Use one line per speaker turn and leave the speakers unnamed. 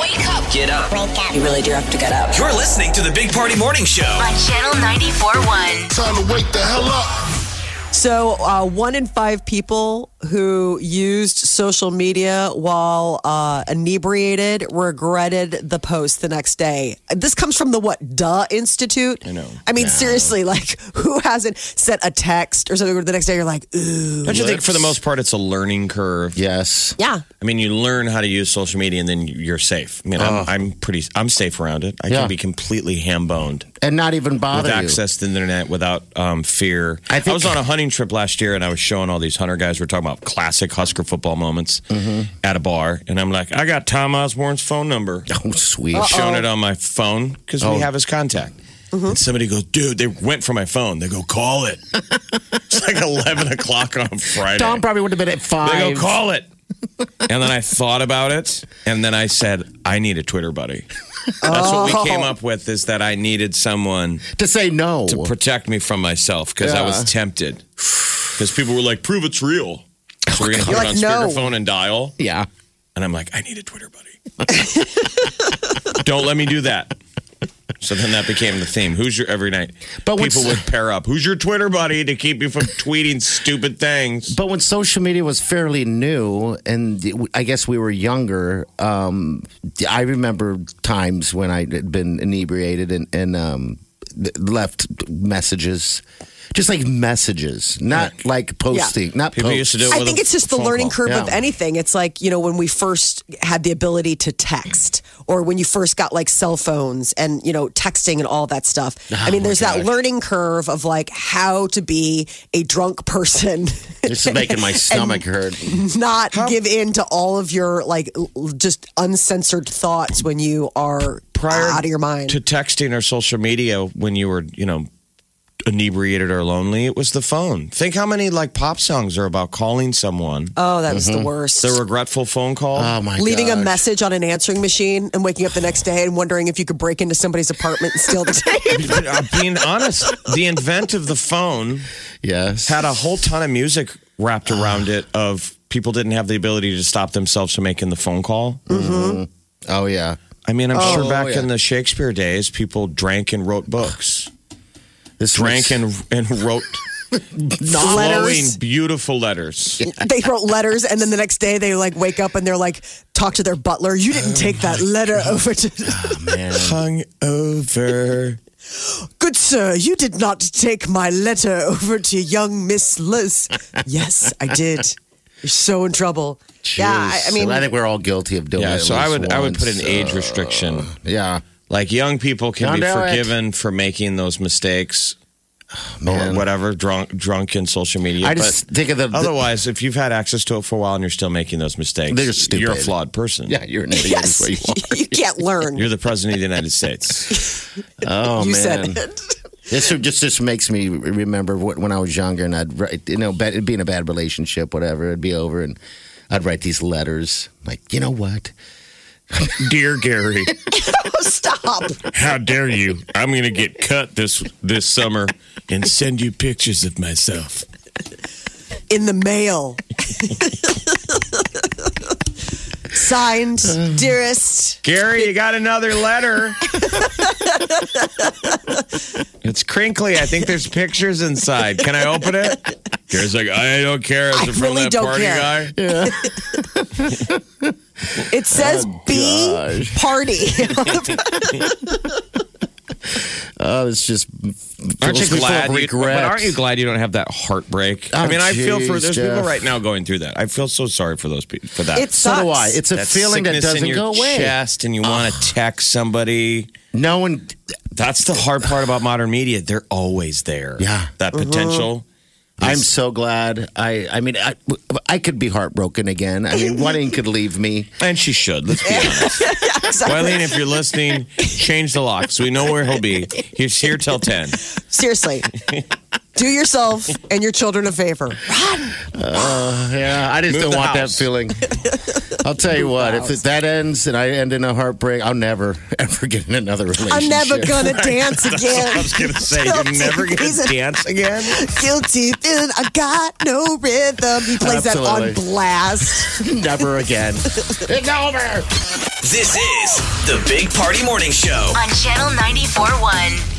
Wake up.
Get up.
Wake up.
You really do have to get up.
You're listening to the Big Party Morning Show.
On Channel 94.1.
Time to wake the hell up.
So, uh, one in five people who used social media while uh, inebriated regretted the post the next day. This comes from the what? Duh Institute. I
know.
I mean,
Yeah.
seriously, like who hasn't sent a text or something where the next day? You're like, ooh,
Don't you think for the most part it's a learning curve?
Yes.
yeah.
I mean, you learn how to use social media and then you're safe. I mean, I'm, I'm pretty, I'm safe around it. I
Oh. Yeah.
can be completely ham boned
And not even bother
with
you.
access to the internet without um, fear.
I think-
was on a hunting trip last year and I was showing all these hunter guys. We're talking about classic Husker football moments
Mm-hmm.
at a bar. And I'm like, I got Tom Osborne's phone number.
Oh, sweet.
Showing it on my phone because
Oh.
we have his contact.
Mm-hmm.
And somebody goes, dude, they went for my phone. They go, call it. it's like 11 o'clock on a Friday.
Tom probably would have been at five.
They go, call it. and then I thought about it. And then I said, I need a Twitter buddy. That's what we came up with is that I needed someone
to say no.
to protect me from myself because I was tempted. Oh, Because people were like, prove it's real. So we're going to put it on
You're like, no.
speakerphone and dial.
yeah.
And I'm like, I need a Twitter buddy. Don't let me do that. So then that became the theme. Who's your every night?
But what's-
people would pair up. Who's your Twitter buddy to keep you from tweeting stupid things?
But when social media was fairly new, and I guess we were younger, um, I remember times when I had been inebriated and, and um, th- left messages, just like messages, not like posting, not
People
posts.
used to do it
I
with
think
a
it's just the
phone
learning
call.
curve
Yeah.
of anything. It's like, you know, when we first had the ability to text or when you first got like cell phones and, you know, texting and all that stuff.
Ah,
I
oh
mean, there's that learning curve of like how to be a drunk person,
This is making my stomach hurt.
not give in to all of your like l- l- just uncensored thoughts when you are
prior
out of your mind.
to texting or social media when you were, you know, inebriated or lonely, it was the phone. Think how many like pop songs are about calling someone.
oh, that was the worst.
the regretful phone call.
Mm-hmm. Oh my
Leaving a
gosh.
message on an answering machine and waking up the next day and wondering if you could break into somebody's apartment and steal the tape.
But I'm Uh, being honest, the invent of the phone
Yes.
had a whole ton of music wrapped around it of people didn't have the ability to stop themselves from making the phone call.
oh yeah.
I mean, I'm sure back
yeah.
in the Shakespeare days, people drank and wrote books.
This
Drank
was-
and, and wrote flowing,
Letters.
beautiful letters.
they wrote letters and then the next day they like wake up and they're like talk to their butler you
Oh
didn't take that letter over to
Hung over.
good sir you did not take my letter over to young miss liz yes i did you're so in trouble yeah I, I
Jeez.
mean
I think we're all guilty of doing.
Yeah,
it at
so I
least
would I would put
once.
an age restriction.
Yeah,
Like young people can
Don't
be
do it.
forgiven for making those mistakes or
man.
whatever drunk drunk in social media.
I just
but
think of the- the-
otherwise, if you've had access to it for a while and you're still making those mistakes,
They're stupid.
you're a flawed person.
yeah, you're an idiot.
yes
is what you are.
you can't learn
You're the president of the United States.
Oh
you
man.
said it
This just just makes me remember what, when I was younger and I'd write, you know, bad, it'd be in a bad relationship, whatever. It'd be over and I'd write these letters like, you know what?
Dear Gary,
stop
how dare you? I'm going to get cut this this summer and send you pictures of myself.
in the mail signed dearest
Gary, you got another letter. it's crinkly. I think there's pictures inside. Can I open it? Gary's like, I don't care. Is
I
it from
really
that
don't
party
care.
guy?
It says B party.
Oh, it's just
Aren't you
fills me full
glad?
of
You, but
regret.
aren't you glad you don't have that heartbreak? I
Oh,
mean, I feel for
geez,
there's people
Jeff.
right now going through that. I feel so sorry for those people for that.
It
So do I.
sucks.
It's a
That
feeling that
sickness in
doesn't
your
go away.
Chest, and you want to text somebody.
No one.
That's the hard part about modern media. They're always there.
Yeah.
that potential.
I'm so glad. I I mean, I, I could be heartbroken again. I mean, wedding could leave me.
And she should. Let's be honest. Wileen, if you're listening, change the locks. We know where he'll be. He's here till 10.
Seriously. Do yourself and your children a favor.
Yeah, I just
Move
don't
the
want
house.
that feeling. I'll tell you what, if it, that ends and I end in a heartbreak, I'll never ever get in another relationship.
I'm never gonna dance again.
I was going to say, you're never going to dance again?
Guilty, feeling I got no rhythm. He plays
Absolutely.
that on blast.
never again. it's over.
This is the Big Party Morning Show.
on Channel 94.1.